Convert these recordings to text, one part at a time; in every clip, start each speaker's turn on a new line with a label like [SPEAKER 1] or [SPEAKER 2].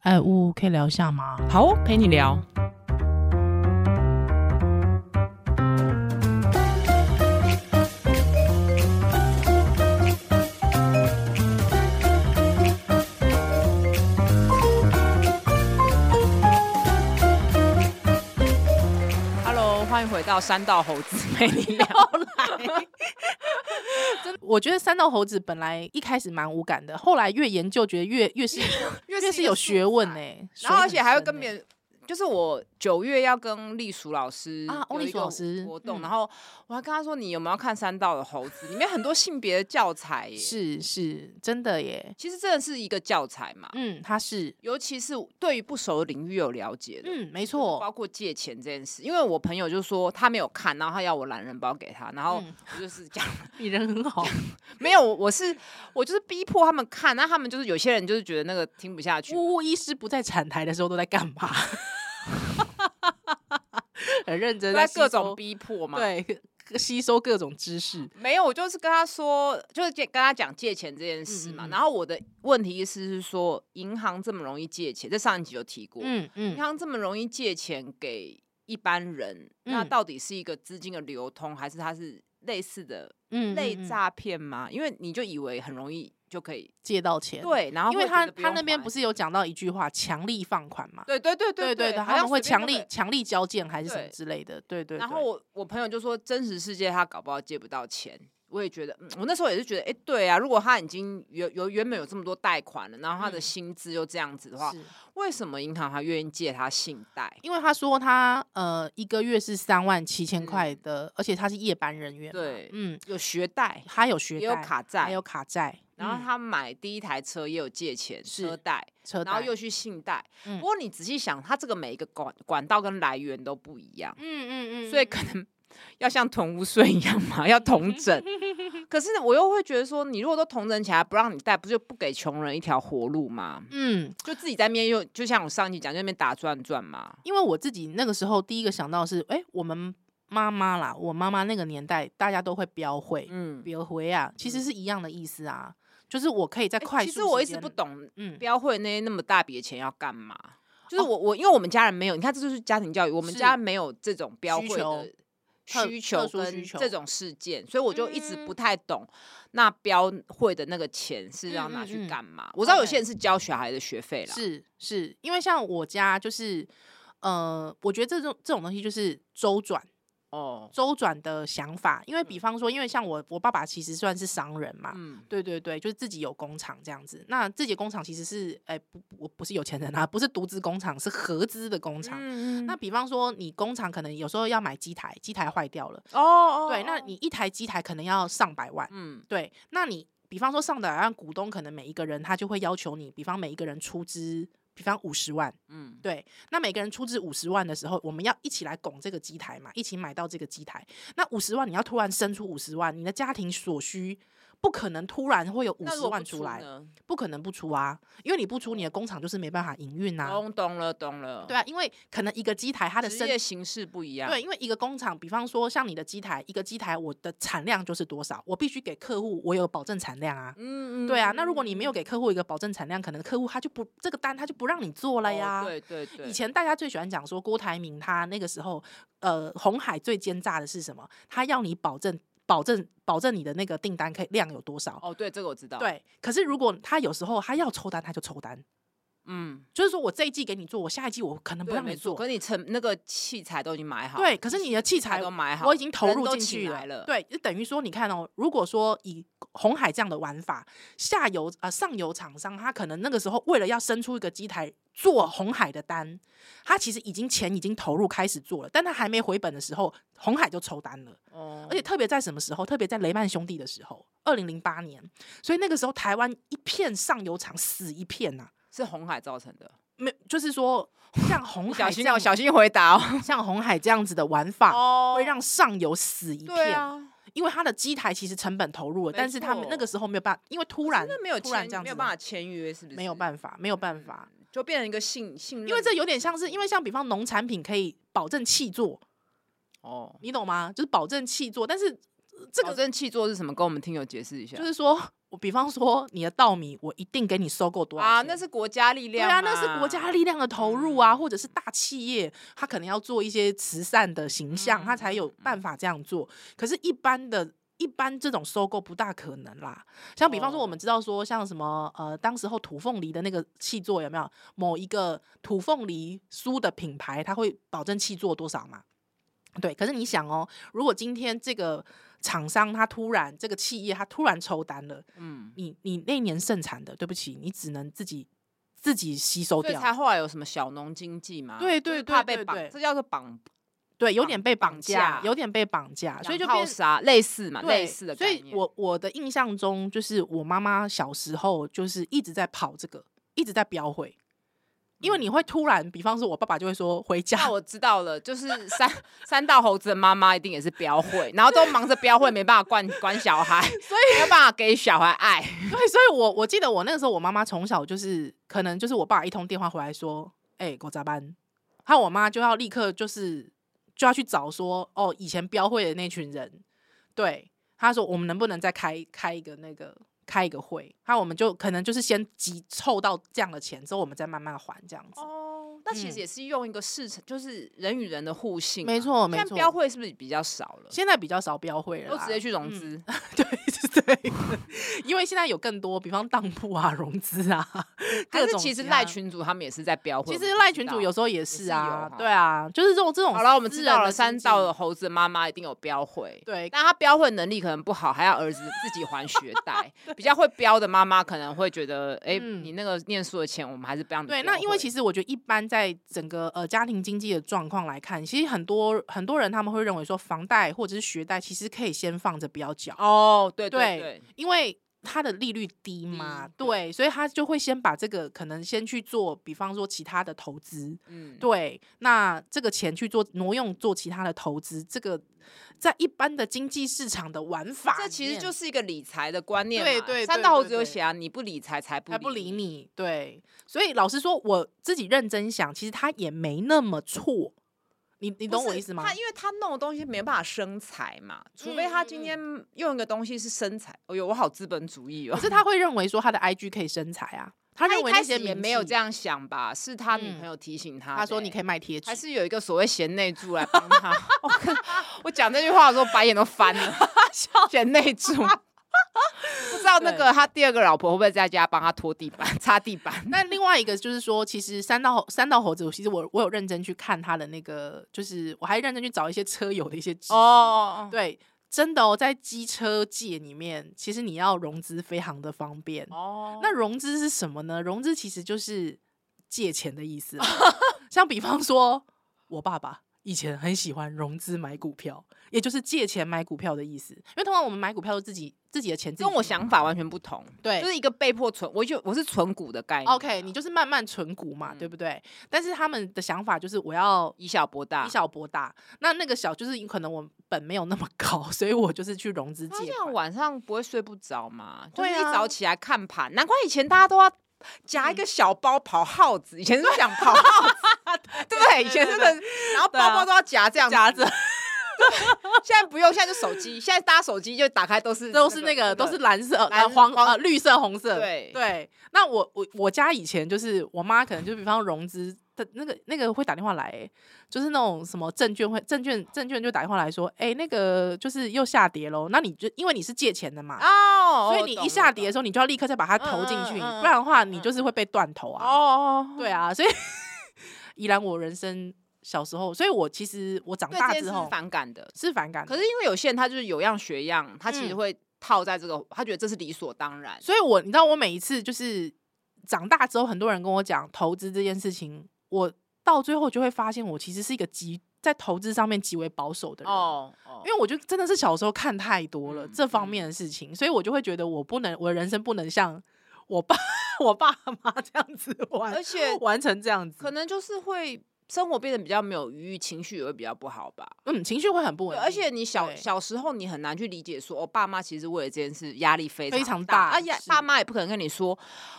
[SPEAKER 1] 哎，呜，可以聊一下吗？
[SPEAKER 2] 好哦，陪你聊。Hello，欢迎回到山道猴子陪你聊。
[SPEAKER 1] 来，真的我觉得三道猴子本来一开始蛮无感的，后来越研究觉得越越 是
[SPEAKER 3] 越
[SPEAKER 1] 越
[SPEAKER 3] 是
[SPEAKER 1] 是
[SPEAKER 3] 一个
[SPEAKER 1] 有
[SPEAKER 3] 素
[SPEAKER 1] 学问呢、
[SPEAKER 3] 材
[SPEAKER 1] 水
[SPEAKER 3] 然后而
[SPEAKER 1] 很
[SPEAKER 3] 且还会
[SPEAKER 1] 深
[SPEAKER 3] 跟
[SPEAKER 1] 欸
[SPEAKER 3] 别人，就是我九月要跟丽淑老师
[SPEAKER 1] 啊欧
[SPEAKER 3] 有
[SPEAKER 1] 丽
[SPEAKER 3] 一
[SPEAKER 1] 淑
[SPEAKER 3] 个
[SPEAKER 1] 老师
[SPEAKER 3] 活动，
[SPEAKER 1] 嗯
[SPEAKER 3] 然后我还跟他说你有没有看《三道的猴子》，里面很多性别的教材耶，
[SPEAKER 1] 是是真的耶，
[SPEAKER 3] 其实真的是一个教材嘛，
[SPEAKER 1] 嗯，他是
[SPEAKER 3] 尤其是对于不熟的领域有了解的。
[SPEAKER 1] 嗯，没
[SPEAKER 3] 包
[SPEAKER 1] 错，
[SPEAKER 3] 括借钱这件事，因为我朋友就说他没有看，然后他要我懒人包给他，然后
[SPEAKER 1] 嗯
[SPEAKER 3] 我就是 讲、
[SPEAKER 1] 你人很好，
[SPEAKER 3] 没有，我是我就是逼迫他们看，那他们就是有些人就是觉得那个听不下 去，
[SPEAKER 1] 呜呜医师不在产台的时候都在干嘛？ 很认真
[SPEAKER 3] 就
[SPEAKER 1] 地
[SPEAKER 3] 在
[SPEAKER 1] 吸
[SPEAKER 3] 各
[SPEAKER 1] 收
[SPEAKER 3] 种逼迫嘛，
[SPEAKER 1] 对吸收各种知识，
[SPEAKER 3] 没有，我就是跟他说，就是借跟他讲借钱这件事嘛。
[SPEAKER 1] 嗯嗯嗯
[SPEAKER 3] 然后我的问题意思是说，银行这么容易借钱，在上一集有提过，
[SPEAKER 1] 嗯
[SPEAKER 3] 银
[SPEAKER 1] 嗯，
[SPEAKER 3] 行这么容易借钱给一般人，那
[SPEAKER 1] 嗯
[SPEAKER 3] 到底是一个资金的流通，还是它是类似的
[SPEAKER 1] 嗯
[SPEAKER 3] 类
[SPEAKER 1] 嗯嗯
[SPEAKER 3] 诈骗吗？因为你就以为很容易就可以
[SPEAKER 1] 借到钱，，
[SPEAKER 3] 对，然后
[SPEAKER 1] 因为
[SPEAKER 3] 会觉
[SPEAKER 1] 他
[SPEAKER 3] 得
[SPEAKER 1] 他
[SPEAKER 3] 用
[SPEAKER 1] 那边
[SPEAKER 3] 还
[SPEAKER 1] 不是有讲到一句话，强力放款嘛，
[SPEAKER 3] 对对对
[SPEAKER 1] 对
[SPEAKER 3] 对
[SPEAKER 1] 对，
[SPEAKER 3] 好
[SPEAKER 1] 他
[SPEAKER 3] 像
[SPEAKER 1] 们会
[SPEAKER 3] 随
[SPEAKER 1] 强
[SPEAKER 3] 便就可
[SPEAKER 1] 力
[SPEAKER 3] 以
[SPEAKER 1] 强力交件还是什么
[SPEAKER 3] 对
[SPEAKER 1] 之类的，对对。
[SPEAKER 3] 然
[SPEAKER 1] 对
[SPEAKER 3] 后我我朋友就说，真实世界他搞不好借不到钱。我也觉得，嗯，我那时候也是觉得，哎、对啊，如果他已经有有原本有这么多贷款了，然后他的
[SPEAKER 1] 嗯
[SPEAKER 3] 薪资又这样子的话，
[SPEAKER 1] 是
[SPEAKER 3] 为什么银行还愿意借他信贷？
[SPEAKER 1] 因为他说他呃一个月是三万七千
[SPEAKER 3] 嗯
[SPEAKER 1] 块的，而且他是夜班人员嘛，
[SPEAKER 3] 对
[SPEAKER 1] 嗯，
[SPEAKER 3] 有学贷，
[SPEAKER 1] 他有学
[SPEAKER 3] 也有
[SPEAKER 1] 贷
[SPEAKER 3] 卡
[SPEAKER 1] 还
[SPEAKER 3] 债
[SPEAKER 1] 有，卡债，
[SPEAKER 3] 然后
[SPEAKER 1] 嗯
[SPEAKER 3] 他买第一台车也有借钱
[SPEAKER 1] 是
[SPEAKER 3] 车贷，
[SPEAKER 1] 车
[SPEAKER 3] 然后
[SPEAKER 1] 贷
[SPEAKER 3] 又去信贷。
[SPEAKER 1] 嗯
[SPEAKER 3] 不过你仔细想，他这个每一个管管道跟来源都不一样，
[SPEAKER 1] 嗯嗯嗯，
[SPEAKER 3] 所以可能 要像同屋税一样嘛，要同 整。可是我又会觉得说，你如果都同整起来不让你贷，不就不给穷人一条活路吗？
[SPEAKER 1] 嗯，
[SPEAKER 3] 就自己在面又就像我上期讲，就在那边打转转嘛。
[SPEAKER 1] 因为我自己那个时候第一个想到的是，哎、我们妈妈啦，我妈妈那个年代大家都会标会，
[SPEAKER 3] 嗯，
[SPEAKER 1] 标会啊，其实
[SPEAKER 3] 嗯
[SPEAKER 1] 是一样的意思啊，就是我可以在
[SPEAKER 3] 诶
[SPEAKER 1] 快速、
[SPEAKER 3] 其实我一直不，懂
[SPEAKER 1] 嗯，
[SPEAKER 3] 标会那些那么大笔的钱要干嘛。就是
[SPEAKER 1] 哦
[SPEAKER 3] 我、我因为我们家人没有，你看这就是家庭教育，我们
[SPEAKER 1] 是
[SPEAKER 3] 家人没有这种标
[SPEAKER 1] 需
[SPEAKER 3] 会
[SPEAKER 1] 求
[SPEAKER 3] 的
[SPEAKER 1] 特
[SPEAKER 3] 需求
[SPEAKER 1] 特殊需
[SPEAKER 3] 跟
[SPEAKER 1] 求
[SPEAKER 3] 这种事件，所以我就一直
[SPEAKER 1] 嗯
[SPEAKER 3] 不太懂那标会的那个钱是要拿
[SPEAKER 1] 嗯嗯
[SPEAKER 3] 去
[SPEAKER 1] 嗯
[SPEAKER 3] 干嘛。我知道有
[SPEAKER 1] OK
[SPEAKER 3] 些人是交小孩的学费啦，
[SPEAKER 1] 是是，因为像我家就是，呃，我觉得这种这种东西就是周转。
[SPEAKER 3] 哦，
[SPEAKER 1] 周转的想法，因为比方说，因为像我，我爸爸其实算是商人嘛，
[SPEAKER 3] 嗯，
[SPEAKER 1] 对对对，就是自己有工厂这样子。那自己的工厂其实是，哎、不，我不是有钱人啊，不是独资工厂，是合资的工厂。
[SPEAKER 3] 嗯
[SPEAKER 1] 那比方说，你工厂可能有时候要买机台，机台坏掉了，
[SPEAKER 3] 哦哦，
[SPEAKER 1] 对，那
[SPEAKER 3] 哦
[SPEAKER 1] 你一台机台可能要上百万，
[SPEAKER 3] 嗯
[SPEAKER 1] 对，那你比方说上百万，股东可能每一个人他就会要求你，比方每一个人出资，比方五十万，
[SPEAKER 3] 嗯
[SPEAKER 1] 对，那每个人出资五十万的时候，我们要一起来拱这个机台嘛，一起买到这个机台。那五十万你要突然生出五十万，你的家庭所需不可能突然会有五
[SPEAKER 3] 那
[SPEAKER 1] 十
[SPEAKER 3] 如果
[SPEAKER 1] 万
[SPEAKER 3] 不
[SPEAKER 1] 出来，
[SPEAKER 3] 呢
[SPEAKER 1] 不可能不出啊，因为你不出，你的工厂就是没办法营运啊。
[SPEAKER 3] 懂懂了懂了，
[SPEAKER 1] 对，啊，因为可能一个机台它的
[SPEAKER 3] 哦职
[SPEAKER 1] 生
[SPEAKER 3] 业形式不一样，
[SPEAKER 1] 对，因为一个工厂，比方说像你的机台，一个机台我的产量就是多少，我必须给客户我有保证产量啊。
[SPEAKER 3] 嗯，嗯
[SPEAKER 1] 对啊，那如果你没有给客户一个保证产量，可能客户他就不这个单他就不让你做
[SPEAKER 3] 过
[SPEAKER 1] 了呀。
[SPEAKER 3] 哦对对对，
[SPEAKER 1] 以前大家最喜欢讲说郭台铭他那个时候，呃，红海最奸诈的是什么？他要你保证保证保证你的那个订单可以量有多少。
[SPEAKER 3] 哦，对这个我知道，，
[SPEAKER 1] 对，可是如果他有时候他要抽单，他就抽单，
[SPEAKER 3] 嗯。
[SPEAKER 1] 就是说我这一季给你做，我下一季我可能不
[SPEAKER 3] 对
[SPEAKER 1] 让
[SPEAKER 3] 没
[SPEAKER 1] 你
[SPEAKER 3] 错
[SPEAKER 1] 做
[SPEAKER 3] 可。你成那个器材都已经买好了，
[SPEAKER 1] 对，可是你的器材
[SPEAKER 3] 都买好了，
[SPEAKER 1] 我已经投
[SPEAKER 3] 人
[SPEAKER 1] 入
[SPEAKER 3] 都
[SPEAKER 1] 进
[SPEAKER 3] 请
[SPEAKER 1] 去
[SPEAKER 3] 来了，，
[SPEAKER 1] 对，就等于说，你看哦，如果说以红海这样的玩法，下游呃上游厂商，他可能那个时候为了要生出一个机台做红海的单，他其实已经钱已经投入开始做了，但他还没回本的时候，红海就抽单了。
[SPEAKER 3] 哦
[SPEAKER 1] 而且特别在什么时候？特别在雷曼兄弟的时候，二零零八年，所以那个时候台湾一片上游厂死一片呐、
[SPEAKER 3] 是红海造成的。
[SPEAKER 1] 没，就是说像红
[SPEAKER 3] 小
[SPEAKER 1] 海这
[SPEAKER 3] 心
[SPEAKER 1] 样
[SPEAKER 3] 哦，，小心回答哦。
[SPEAKER 1] 像红海这样子的玩法，
[SPEAKER 3] 哦
[SPEAKER 1] 会让上游死一
[SPEAKER 3] 对
[SPEAKER 1] 片。
[SPEAKER 3] 啊，
[SPEAKER 1] 因为他的机台其实成本投入了，
[SPEAKER 3] 没
[SPEAKER 1] 但是他们那个时候没有办法，因为突然
[SPEAKER 3] 真的没有
[SPEAKER 1] 突然
[SPEAKER 3] 签
[SPEAKER 1] 这样，子
[SPEAKER 3] 没有办法嗯签约，是不是？
[SPEAKER 1] 没有办法，没有办法，
[SPEAKER 3] 就变成一个信信任。
[SPEAKER 1] 因为这有点像是，因为像比方农产品可以保证气作，
[SPEAKER 3] 哦，
[SPEAKER 1] 你懂吗？就是保证气作，但是呃这
[SPEAKER 3] 保
[SPEAKER 1] 个
[SPEAKER 3] 证器作是什么？跟我们听友解释一下。
[SPEAKER 1] 就是说我比方说你的稻米，我一定给你收购多少
[SPEAKER 3] 啊，
[SPEAKER 1] 钱
[SPEAKER 3] 那是国家力
[SPEAKER 1] 对
[SPEAKER 3] 量嗯
[SPEAKER 1] 啊，
[SPEAKER 3] 嘛
[SPEAKER 1] 那是国家力量的投入啊，或者是大企业，他可能要做一些慈善的形象，他才有
[SPEAKER 3] 嗯
[SPEAKER 1] 办法这样做。可是，一般的。一般这种收购不大可能啦，像比方说我
[SPEAKER 3] 哦
[SPEAKER 1] 们知道说像什么呃，当时候土凤梨的那个气作有没有某一个土凤梨酥的品牌，它会保证气作多少嘛？对，可是你想哦，如果今天这个厂商他突然这个企业他突然抽单了，
[SPEAKER 3] 嗯，
[SPEAKER 1] 你你那年盛产的，对不起，你只能自己自己吸收
[SPEAKER 3] 所以
[SPEAKER 1] 掉。
[SPEAKER 3] 才后来有什么小农经济嘛，
[SPEAKER 1] 对
[SPEAKER 3] 就是
[SPEAKER 1] 对对
[SPEAKER 3] 怕被
[SPEAKER 1] 对
[SPEAKER 3] 绑
[SPEAKER 1] 对，
[SPEAKER 3] 这叫做绑
[SPEAKER 1] 对，有点被绑
[SPEAKER 3] 绑
[SPEAKER 1] 架
[SPEAKER 3] 架，
[SPEAKER 1] 有点被绑架，啊所以就
[SPEAKER 3] 养套
[SPEAKER 1] 变
[SPEAKER 3] 杀，类似嘛，
[SPEAKER 1] 对
[SPEAKER 3] 类似的
[SPEAKER 1] 所
[SPEAKER 3] 概
[SPEAKER 1] 以
[SPEAKER 3] 念。
[SPEAKER 1] 我我的印象中，就是我妈妈小时候就是一直在跑这个，一直在标会。因为你
[SPEAKER 3] 嗯
[SPEAKER 1] 会突然，比方说，我爸爸就会说回家
[SPEAKER 3] 那，我知道了，就是三 三道猴子的妈妈一定也是标会，然后都忙着标会，没办法管管 小孩，所以没有办法给小孩爱。
[SPEAKER 1] 对，所以我我记得我那个时候，我妈妈从小就是可能就是我爸一通电话回来说，哎、狗杂班，还有我妈就要立刻就是就要去找说，哦，以前标会的那群人，对，他说我们能不能再开开一个那个开一个会，他我们就可能就是先集凑到这样的钱之后，我们再慢慢还这样子。
[SPEAKER 3] 哦，那其
[SPEAKER 1] 嗯
[SPEAKER 3] 实也是用一个市场，就是人与人的互信啊、
[SPEAKER 1] 没错没
[SPEAKER 3] 现在
[SPEAKER 1] 错
[SPEAKER 3] 标会是不是比较少了？
[SPEAKER 1] 现在比较少标会了
[SPEAKER 3] 都
[SPEAKER 1] 啦，嗯
[SPEAKER 3] 直接去融资，
[SPEAKER 1] 对 对， 因为现在有更多，比方当铺啊、融资啊，各
[SPEAKER 3] 但是
[SPEAKER 1] 种
[SPEAKER 3] 其实
[SPEAKER 1] 他
[SPEAKER 3] 赖群主他们也是在标会。
[SPEAKER 1] 其
[SPEAKER 3] 我
[SPEAKER 1] 实
[SPEAKER 3] 们不
[SPEAKER 1] 赖
[SPEAKER 3] 知
[SPEAKER 1] 群
[SPEAKER 3] 道
[SPEAKER 1] 主有时候也是啊
[SPEAKER 3] 也是有，哈
[SPEAKER 1] 对啊，就是这种这种。
[SPEAKER 3] 好了，我们知道了，三道
[SPEAKER 1] 了，
[SPEAKER 3] 猴子的妈妈一定有标会。
[SPEAKER 1] 对
[SPEAKER 3] 但他标会能力可能不好，还要儿子自己 还学贷。比较会标的妈妈可能会觉得，哎、
[SPEAKER 1] 嗯
[SPEAKER 3] 你那个念书的钱，我们还是不要你标
[SPEAKER 1] 对。
[SPEAKER 3] 会。
[SPEAKER 1] 那因为其
[SPEAKER 3] 实
[SPEAKER 1] 实我觉得，一般在整个呃家庭经济的状况来看，其实很多很多人他们会认为说，房贷或者是学贷其实可以先放着不要缴，
[SPEAKER 3] 哦，对
[SPEAKER 1] 对
[SPEAKER 3] 对对，
[SPEAKER 1] 因为它的利率低嘛，
[SPEAKER 3] 低
[SPEAKER 1] 对，所以他就会先把这个可能先去做，比方说其他的投资，
[SPEAKER 3] 嗯，
[SPEAKER 1] 对，那这个钱去做挪用做其他的投资，这个在一般的经济市场的玩法里面，
[SPEAKER 3] 这其实就是一个理财的观念嘛。
[SPEAKER 1] 对对
[SPEAKER 3] 三
[SPEAKER 1] 对
[SPEAKER 3] 道
[SPEAKER 1] 对
[SPEAKER 3] 猴子有
[SPEAKER 1] 对
[SPEAKER 3] 写啊，你不理财才不
[SPEAKER 1] 他不
[SPEAKER 3] 理
[SPEAKER 1] 理。你，对，所以老实说，我自己认真想，其实他也没那么错，你你
[SPEAKER 3] 不
[SPEAKER 1] 懂我
[SPEAKER 3] 是
[SPEAKER 1] 意思吗
[SPEAKER 3] 他？因为他弄的东西没办法生财嘛，除非他
[SPEAKER 1] 嗯
[SPEAKER 3] 今天用一个东西是生财。哎呦，我好资本主义哦
[SPEAKER 1] 可！是他会认为说他的 IG 可以生财啊，他认
[SPEAKER 3] 一
[SPEAKER 1] 为
[SPEAKER 3] 开
[SPEAKER 1] 那
[SPEAKER 3] 始
[SPEAKER 1] 些
[SPEAKER 3] 也
[SPEAKER 1] 名
[SPEAKER 3] 没有
[SPEAKER 1] 气
[SPEAKER 3] 这，样想吧？是他女
[SPEAKER 1] 嗯
[SPEAKER 3] 朋友提醒他的欸，
[SPEAKER 1] 他说你可以卖贴纸
[SPEAKER 3] 还，是有一个所谓贤内助来帮 他。我看我讲这句话的时候，白眼都翻 了。贤内助，不知道那
[SPEAKER 1] 对
[SPEAKER 3] 个他第二个老婆会不会在家帮他拖地板、擦地板？
[SPEAKER 1] 那另外一个就是说，其实三道猴三道猴子，其实我我有认真去看他的那个，就是我还认真去找一些车友的一些知识，
[SPEAKER 3] 哦，
[SPEAKER 1] 对。真的哦，在机车界里面，其实你要融资非常的方便。
[SPEAKER 3] 哦
[SPEAKER 1] 那融资是什么呢？融资其实就是借钱的意思啦。像比方说，我爸爸以前很喜欢融资买股票，也就是借钱买股票的意思。因为通常我们买股票都自己自己的钱自己去买，
[SPEAKER 3] 跟我想法完全不同，
[SPEAKER 1] 对
[SPEAKER 3] 就。是一个被迫存，我就我是存股的概念啊。
[SPEAKER 1] OK，你就是慢慢存股嘛，
[SPEAKER 3] 嗯
[SPEAKER 1] 对不对？但是他们的想法就是我要
[SPEAKER 3] 以小博大，
[SPEAKER 1] 以小博大，那那个小就是可能我本没有那么高，所以我就是去融资
[SPEAKER 3] 他
[SPEAKER 1] 借
[SPEAKER 3] 这样
[SPEAKER 1] 款。
[SPEAKER 3] 晚上不会睡不着嘛？就是
[SPEAKER 1] 会
[SPEAKER 3] 一
[SPEAKER 1] 啊嗯
[SPEAKER 3] 早起来看盘，难怪以前大家都要夹一个小包跑耗子，以前是想跑 耗子，对不对？以前真的，然后
[SPEAKER 1] 对啊
[SPEAKER 3] 包包都要夹这样子
[SPEAKER 1] 夹着，
[SPEAKER 3] 现在不用，现在就手机，现在大家手机就打开都是
[SPEAKER 1] 都是那个都是蓝色、蓝
[SPEAKER 3] 蓝
[SPEAKER 1] 黄
[SPEAKER 3] 黄
[SPEAKER 1] 呃绿色、红色。
[SPEAKER 3] 对
[SPEAKER 1] 对，那我我我家以前就是我妈可能就比方融资的那个那个会打电话来、欸就是那种什么证券会证券证券就打电话来说，哎、那个就是又下跌喽，那你就因为你是借钱的嘛。
[SPEAKER 3] 哦，
[SPEAKER 1] 所以你一下跌的时
[SPEAKER 3] 候，
[SPEAKER 1] 候，你就要立刻再把它投进去，
[SPEAKER 3] 嗯嗯嗯嗯
[SPEAKER 1] 不然的话你就是会被断头啊。
[SPEAKER 3] 哦，
[SPEAKER 1] 对啊，所以依然我人生小时候，所以我其实我长
[SPEAKER 3] 对
[SPEAKER 1] 大
[SPEAKER 3] 这件
[SPEAKER 1] 之
[SPEAKER 3] 事
[SPEAKER 1] 后
[SPEAKER 3] 是反感的。
[SPEAKER 1] 是反感的，
[SPEAKER 3] 可是因为有些人他就是有样学样，他其实
[SPEAKER 1] 嗯
[SPEAKER 3] 会套在这个，他觉得这是理所当然。
[SPEAKER 1] 所以我你知道我每一次就是长大之后，很多人跟我讲投资这件事情，我到最后就会发现我其实是一个极在投资上面极为保守的人。
[SPEAKER 3] 哦，哦
[SPEAKER 1] 因为我就真的是小时候看太多了、
[SPEAKER 3] 嗯
[SPEAKER 1] 这方面的事情，所以我就会觉得我不能，我的人生不能像我爸、我爸妈这样子完
[SPEAKER 3] 而且
[SPEAKER 1] 完成这样子。
[SPEAKER 3] 可能就是会生活变得比较没有余裕，情绪也会比较不好吧。
[SPEAKER 1] 嗯，情绪会很不稳
[SPEAKER 3] 对，
[SPEAKER 1] 定，
[SPEAKER 3] 而且你小
[SPEAKER 1] 对
[SPEAKER 3] 小时候你很难去理解说，哦，爸妈其实为了这件事压力非常
[SPEAKER 1] 非常
[SPEAKER 3] 大，
[SPEAKER 1] 大
[SPEAKER 3] 而且
[SPEAKER 1] 是
[SPEAKER 3] 爸妈也不可能跟你说，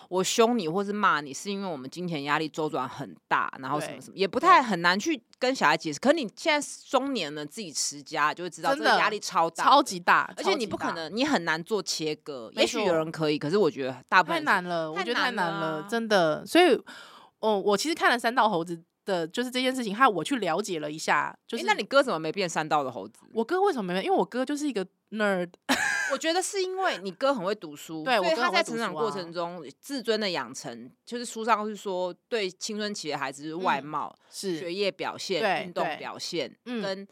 [SPEAKER 3] 我凶你或是骂你，是因为我们金钱压力周转很大，然后什么
[SPEAKER 1] 对
[SPEAKER 3] 什么，也不太
[SPEAKER 1] 对
[SPEAKER 3] 很难去跟小孩解释。可你现在中年了，自己持家就会知道，
[SPEAKER 1] 真
[SPEAKER 3] 这个压
[SPEAKER 1] 的
[SPEAKER 3] 力超大，
[SPEAKER 1] 超。级大，
[SPEAKER 3] 而
[SPEAKER 1] 超
[SPEAKER 3] 且你
[SPEAKER 1] 级
[SPEAKER 3] 不可
[SPEAKER 1] 大
[SPEAKER 3] 能，你很难做切割。
[SPEAKER 1] 没
[SPEAKER 3] 也许有
[SPEAKER 1] 错
[SPEAKER 3] 人可以，可是我觉得大部分
[SPEAKER 1] 太
[SPEAKER 3] 人是
[SPEAKER 1] 难了，我
[SPEAKER 3] 太
[SPEAKER 1] 觉得太
[SPEAKER 3] 难
[SPEAKER 1] 难
[SPEAKER 3] 了
[SPEAKER 1] 了
[SPEAKER 3] 啊，
[SPEAKER 1] 真的。所以，哦，我其实看了三道猴子的，就是这件事情，还有我去了解了一下，就
[SPEAKER 3] 诶
[SPEAKER 1] 是、
[SPEAKER 3] 那你哥怎么没变三道的猴子？
[SPEAKER 1] 我哥为什么没有？因为我哥就是一个 nerd，
[SPEAKER 3] 我觉得是因为你哥很会读书，
[SPEAKER 1] 对
[SPEAKER 3] 所
[SPEAKER 1] 我
[SPEAKER 3] 以
[SPEAKER 1] 哥
[SPEAKER 3] 他
[SPEAKER 1] 很
[SPEAKER 3] 在
[SPEAKER 1] 会读
[SPEAKER 3] 成长
[SPEAKER 1] 书
[SPEAKER 3] 过
[SPEAKER 1] 啊
[SPEAKER 3] 程中自尊的养成，就是书上是说对青春期的孩子就是外
[SPEAKER 1] 嗯
[SPEAKER 3] 貌、学
[SPEAKER 1] 是
[SPEAKER 3] 业表现、
[SPEAKER 1] 对
[SPEAKER 3] 运动
[SPEAKER 1] 对
[SPEAKER 3] 表现，
[SPEAKER 1] 嗯
[SPEAKER 3] 跟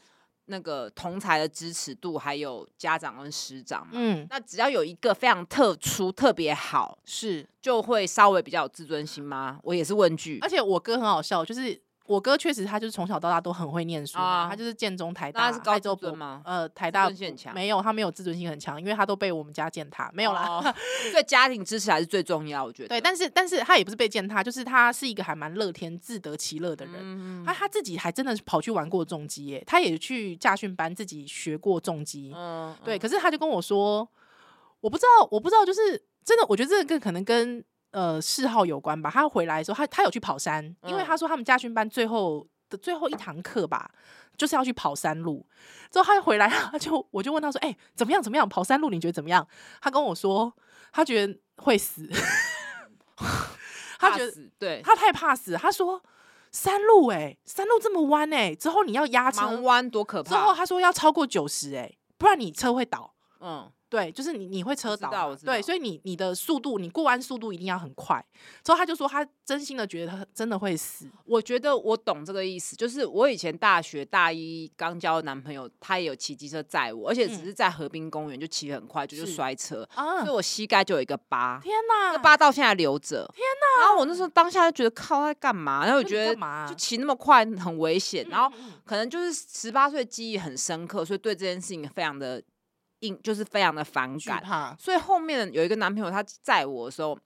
[SPEAKER 3] 那个同才的支持度，还有家长跟师长嘛。
[SPEAKER 1] 嗯
[SPEAKER 3] 那只要有一个非常特殊、特别好，
[SPEAKER 1] 是，
[SPEAKER 3] 就会稍微比较有自尊心吗？我也是问句
[SPEAKER 1] 而。且我哥很好笑，就是。我哥确实，他就是从小到大都很会念书嘛，
[SPEAKER 3] 啊
[SPEAKER 1] 他就是建中、台
[SPEAKER 3] 那他
[SPEAKER 1] 大、
[SPEAKER 3] 是高
[SPEAKER 1] 爱州
[SPEAKER 3] 自尊
[SPEAKER 1] 博
[SPEAKER 3] 吗
[SPEAKER 1] 呃，台
[SPEAKER 3] 自
[SPEAKER 1] 大
[SPEAKER 3] 尊心很强
[SPEAKER 1] 没有，他没有自尊心很强，因为他都被我们家践踏，没有啦。
[SPEAKER 3] 哦，所以家庭支持还是最重要，我觉得。
[SPEAKER 1] 对，但是但是他也不是被践踏，就是他是一个还蛮乐天、自得其乐的人。
[SPEAKER 3] 嗯
[SPEAKER 1] 他他自己还真的是跑去玩过重机耶，他也去驾训班自己学过重机。
[SPEAKER 3] 嗯
[SPEAKER 1] 对，
[SPEAKER 3] 嗯
[SPEAKER 1] 可是他就跟我说，我不知道，我不知道，就是真的，我觉得这个跟可能跟呃嗜好有关吧。他回来的时候，他他有去跑山，因为
[SPEAKER 3] 嗯
[SPEAKER 1] 他说他们驾训班最后的最后一堂课吧，就是要去跑山路。之后他回来，啊他就我就问他说：“哎、怎么样？怎么样？跑山路你觉得怎么样？”他跟我说，他觉得会死， 他
[SPEAKER 3] 怕
[SPEAKER 1] 觉得
[SPEAKER 3] 死对，
[SPEAKER 1] 他太怕死了，他说山路哎、山路这么弯哎、之后你要压
[SPEAKER 3] 盲
[SPEAKER 1] 车，
[SPEAKER 3] 弯多可
[SPEAKER 1] 之后
[SPEAKER 3] 怕。
[SPEAKER 1] 他说要超过九十哎，不然你车会倒。
[SPEAKER 3] 嗯，
[SPEAKER 1] 对，就是你你会车
[SPEAKER 3] 知
[SPEAKER 1] 倒
[SPEAKER 3] 道
[SPEAKER 1] 嘛，
[SPEAKER 3] 我知道
[SPEAKER 1] 对，所以你你的速度，你过弯速度一定要很快。之后他就说他真心的觉得他真的会死，
[SPEAKER 3] 我觉得我懂这个意思，就是我以前大学大一刚交男朋友，他也有骑机车载我，而且只
[SPEAKER 1] 嗯
[SPEAKER 3] 是在河滨公园就骑很快，就是
[SPEAKER 1] 是
[SPEAKER 3] 摔车，
[SPEAKER 1] 啊
[SPEAKER 3] 所以！我膝盖就有一个疤，
[SPEAKER 1] 天哪，
[SPEAKER 3] 那疤到现在留着。天哪！然后我那时候当下就觉得靠他在干嘛，然后我
[SPEAKER 1] 那你
[SPEAKER 3] 觉
[SPEAKER 1] 干
[SPEAKER 3] 得
[SPEAKER 1] 嘛啊
[SPEAKER 3] 就骑那么快很危险，然后
[SPEAKER 1] 嗯嗯嗯
[SPEAKER 3] 可能就是十八岁记忆很深刻，所以对这件事情非常的硬，就是非常的反
[SPEAKER 1] 惧
[SPEAKER 3] 感。
[SPEAKER 1] 怕，
[SPEAKER 3] 所以后面有一个男朋友他载我的时候，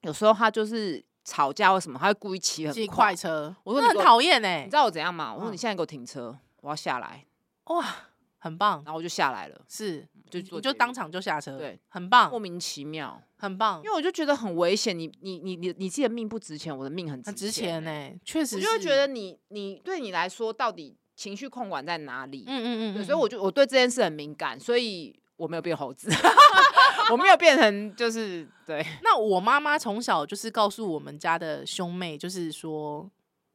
[SPEAKER 3] 有时候他就是吵架或什么，他会故意骑
[SPEAKER 1] 骑
[SPEAKER 3] 很快
[SPEAKER 1] 快。车，
[SPEAKER 3] 我说
[SPEAKER 1] 那
[SPEAKER 3] 你
[SPEAKER 1] 很
[SPEAKER 3] 给我
[SPEAKER 1] 讨厌哎
[SPEAKER 3] 你知，道我怎样吗？我说
[SPEAKER 1] 嗯
[SPEAKER 3] 你现在给我停车，我要下来，
[SPEAKER 1] 哇，很棒，
[SPEAKER 3] 然后我就下来了，
[SPEAKER 1] 是，
[SPEAKER 3] 就
[SPEAKER 1] 你
[SPEAKER 3] 坐
[SPEAKER 1] 你就
[SPEAKER 3] 捷运
[SPEAKER 1] 当场就下车，
[SPEAKER 3] 对，
[SPEAKER 1] 很棒
[SPEAKER 3] 莫，名其妙，
[SPEAKER 1] 很棒
[SPEAKER 3] 因，为我就觉得很危险。你你你你你自己的命不值钱，我的命很
[SPEAKER 1] 很值
[SPEAKER 3] 值
[SPEAKER 1] 钱
[SPEAKER 3] 呢、
[SPEAKER 1] 哎，确实
[SPEAKER 3] 我
[SPEAKER 1] 是，
[SPEAKER 3] 就会觉得你你对你来说到底情绪控管在哪里？
[SPEAKER 1] 嗯嗯嗯
[SPEAKER 3] 对
[SPEAKER 1] 嗯，
[SPEAKER 3] 所以我就我对这件事很敏感，所以我没有变猴子，我没有变成就是 对
[SPEAKER 1] 那我妈妈从小就是告诉我们家的兄妹，就是说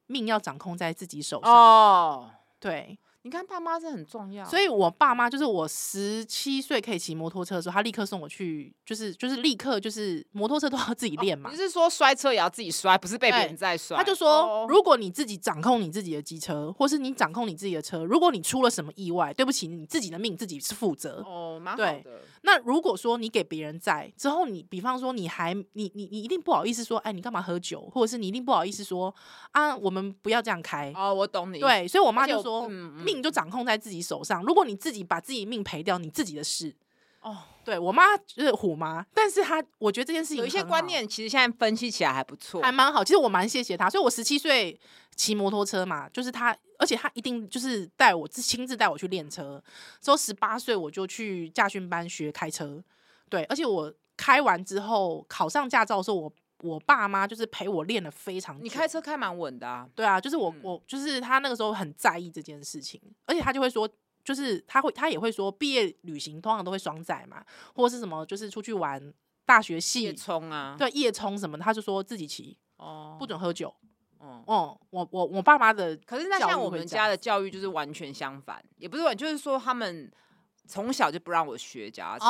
[SPEAKER 1] 命要掌控在自己手上。
[SPEAKER 3] 哦。
[SPEAKER 1] 对，
[SPEAKER 3] 你看爸妈是很重要，
[SPEAKER 1] 所以我爸妈就是我十七岁可以骑摩托车的时候，他立刻送我去，就是就是立刻就是摩托车都要自己练嘛。
[SPEAKER 3] 哦你是说摔车也要自己摔，不是被别
[SPEAKER 1] 对
[SPEAKER 3] 人在摔？
[SPEAKER 1] 他就说
[SPEAKER 3] 哦，
[SPEAKER 1] 如果你自己掌控你自己的机车，或是你掌控你自己的车，如果你出了什么意外，对不起，你自己的命自己是负责。
[SPEAKER 3] 哦，蛮好
[SPEAKER 1] 对
[SPEAKER 3] 的。
[SPEAKER 1] 那如果说你给别人载之后你，比方说你还你你你一定不好意思说，哎，你干嘛喝酒，或者是你一定不好意思说啊，我们不要这样开。
[SPEAKER 3] 哦，我懂你。，
[SPEAKER 1] 对，所以我妈
[SPEAKER 3] 而且
[SPEAKER 1] 就
[SPEAKER 3] 我
[SPEAKER 1] 说，
[SPEAKER 3] 嗯嗯
[SPEAKER 1] 命就掌控在自己手上。如果你自己把自己命赔掉，你自己的事。
[SPEAKER 3] 哦，
[SPEAKER 1] 对我妈就是虎妈，但是她我觉得这件事情
[SPEAKER 3] 有一些
[SPEAKER 1] 很
[SPEAKER 3] 观
[SPEAKER 1] 好
[SPEAKER 3] 念其实现在分析起来还不错
[SPEAKER 1] 还。蛮好。其实我蛮谢谢她，所以我十七岁骑摩托车嘛，就是她，而且她一定就是带我自亲自带我去练车。之后十八岁我就去驾训班学开车，对，而且我开完之后考上驾照的时候，我我爸妈就是陪我练了非常久。
[SPEAKER 3] 你开车开蛮稳的啊，
[SPEAKER 1] 对啊，就是我、
[SPEAKER 3] 嗯
[SPEAKER 1] 我就是他那个时候很在意这件事情，而且他就会说，就是他会他也会说，毕业旅行通常都会双载嘛，或者是什么，就是出去玩大学
[SPEAKER 3] 夜
[SPEAKER 1] 系
[SPEAKER 3] 冲啊，，
[SPEAKER 1] 对夜冲什么的，他就说自己骑
[SPEAKER 3] 哦，
[SPEAKER 1] 不，准喝酒。
[SPEAKER 3] 嗯。
[SPEAKER 1] 哦、我我我爸妈的
[SPEAKER 3] 可是那
[SPEAKER 1] 教育
[SPEAKER 3] 像我
[SPEAKER 1] 会
[SPEAKER 3] 们
[SPEAKER 1] 这
[SPEAKER 3] 家
[SPEAKER 1] 样
[SPEAKER 3] 的教育就是完全相反，也不是完，就是说他们从小就不让我学脚踏车，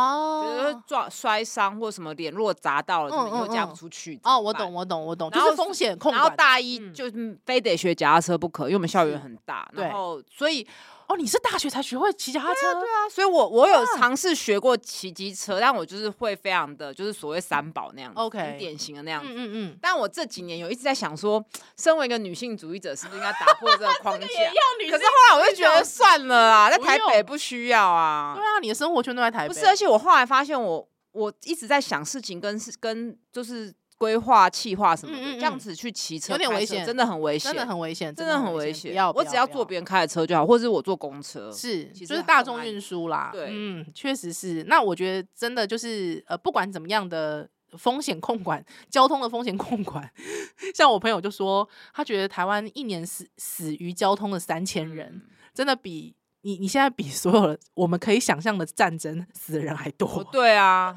[SPEAKER 3] 觉得
[SPEAKER 1] 哦
[SPEAKER 3] 撞摔伤或什么脸若砸到了，
[SPEAKER 1] 嗯
[SPEAKER 3] 你以后
[SPEAKER 1] 嗯
[SPEAKER 3] 嫁不
[SPEAKER 1] 嗯
[SPEAKER 3] 出去。怎
[SPEAKER 1] 哦，
[SPEAKER 3] 么
[SPEAKER 1] 我
[SPEAKER 3] 办
[SPEAKER 1] 懂。我懂我懂，
[SPEAKER 3] 然
[SPEAKER 1] 就是
[SPEAKER 3] 后
[SPEAKER 1] 风险控
[SPEAKER 3] 然后
[SPEAKER 1] 管。
[SPEAKER 3] 大一
[SPEAKER 1] 嗯
[SPEAKER 3] 就是非得学脚踏车不可，因为我们校园
[SPEAKER 1] 是
[SPEAKER 3] 很大，
[SPEAKER 1] 对
[SPEAKER 3] 然后所以
[SPEAKER 1] 哦，你是大学才学会骑脚踏车？
[SPEAKER 3] 对啊，所以我我有尝试学过骑机车，但我就是会非常的就是所谓三宝那样子
[SPEAKER 1] OK
[SPEAKER 3] 很典型的那样
[SPEAKER 1] 嗯
[SPEAKER 3] 子。
[SPEAKER 1] 嗯嗯，
[SPEAKER 3] 但我这几年有一直在想说，身为一个女性主义者，是不是应该打破这个 框架？
[SPEAKER 1] 女
[SPEAKER 3] 可是后来我就觉得算了啊，在
[SPEAKER 1] 不
[SPEAKER 3] 台北
[SPEAKER 1] 用
[SPEAKER 3] 不需要啊
[SPEAKER 1] 对。啊，你的生活圈都在台北。
[SPEAKER 3] 不是，而且我后来发现我，我一直在想事情跟事跟就是规划、计划什么
[SPEAKER 1] 嗯
[SPEAKER 3] 的，
[SPEAKER 1] 嗯嗯
[SPEAKER 3] 这样子去骑车
[SPEAKER 1] 有点
[SPEAKER 3] 开
[SPEAKER 1] 危
[SPEAKER 3] 车
[SPEAKER 1] 险
[SPEAKER 3] 真的很危险，
[SPEAKER 1] 真的很危险，
[SPEAKER 3] 真
[SPEAKER 1] 的
[SPEAKER 3] 的很
[SPEAKER 1] 危
[SPEAKER 3] 危
[SPEAKER 1] 险。
[SPEAKER 3] 险。
[SPEAKER 1] 不要，
[SPEAKER 3] 我
[SPEAKER 1] 不
[SPEAKER 3] 只
[SPEAKER 1] 要
[SPEAKER 3] 要
[SPEAKER 1] 不
[SPEAKER 3] 坐别人开的车就好，或者是我坐公车。
[SPEAKER 1] 是，
[SPEAKER 3] 其
[SPEAKER 1] 就
[SPEAKER 3] 实
[SPEAKER 1] 是
[SPEAKER 3] 还
[SPEAKER 1] 大
[SPEAKER 3] 蛮
[SPEAKER 1] 众
[SPEAKER 3] 安
[SPEAKER 1] 运输啦。
[SPEAKER 3] 对
[SPEAKER 1] 嗯，确实是。那我觉得真的就是呃，不管怎么样的风险控管，交通的风险控管， 像我朋友就说，他觉得台湾一年死死于交通的三千人，真的比。你你现在比所有的我们可以想象的战争死的人还
[SPEAKER 3] 哦，
[SPEAKER 1] 多，
[SPEAKER 3] 对啊，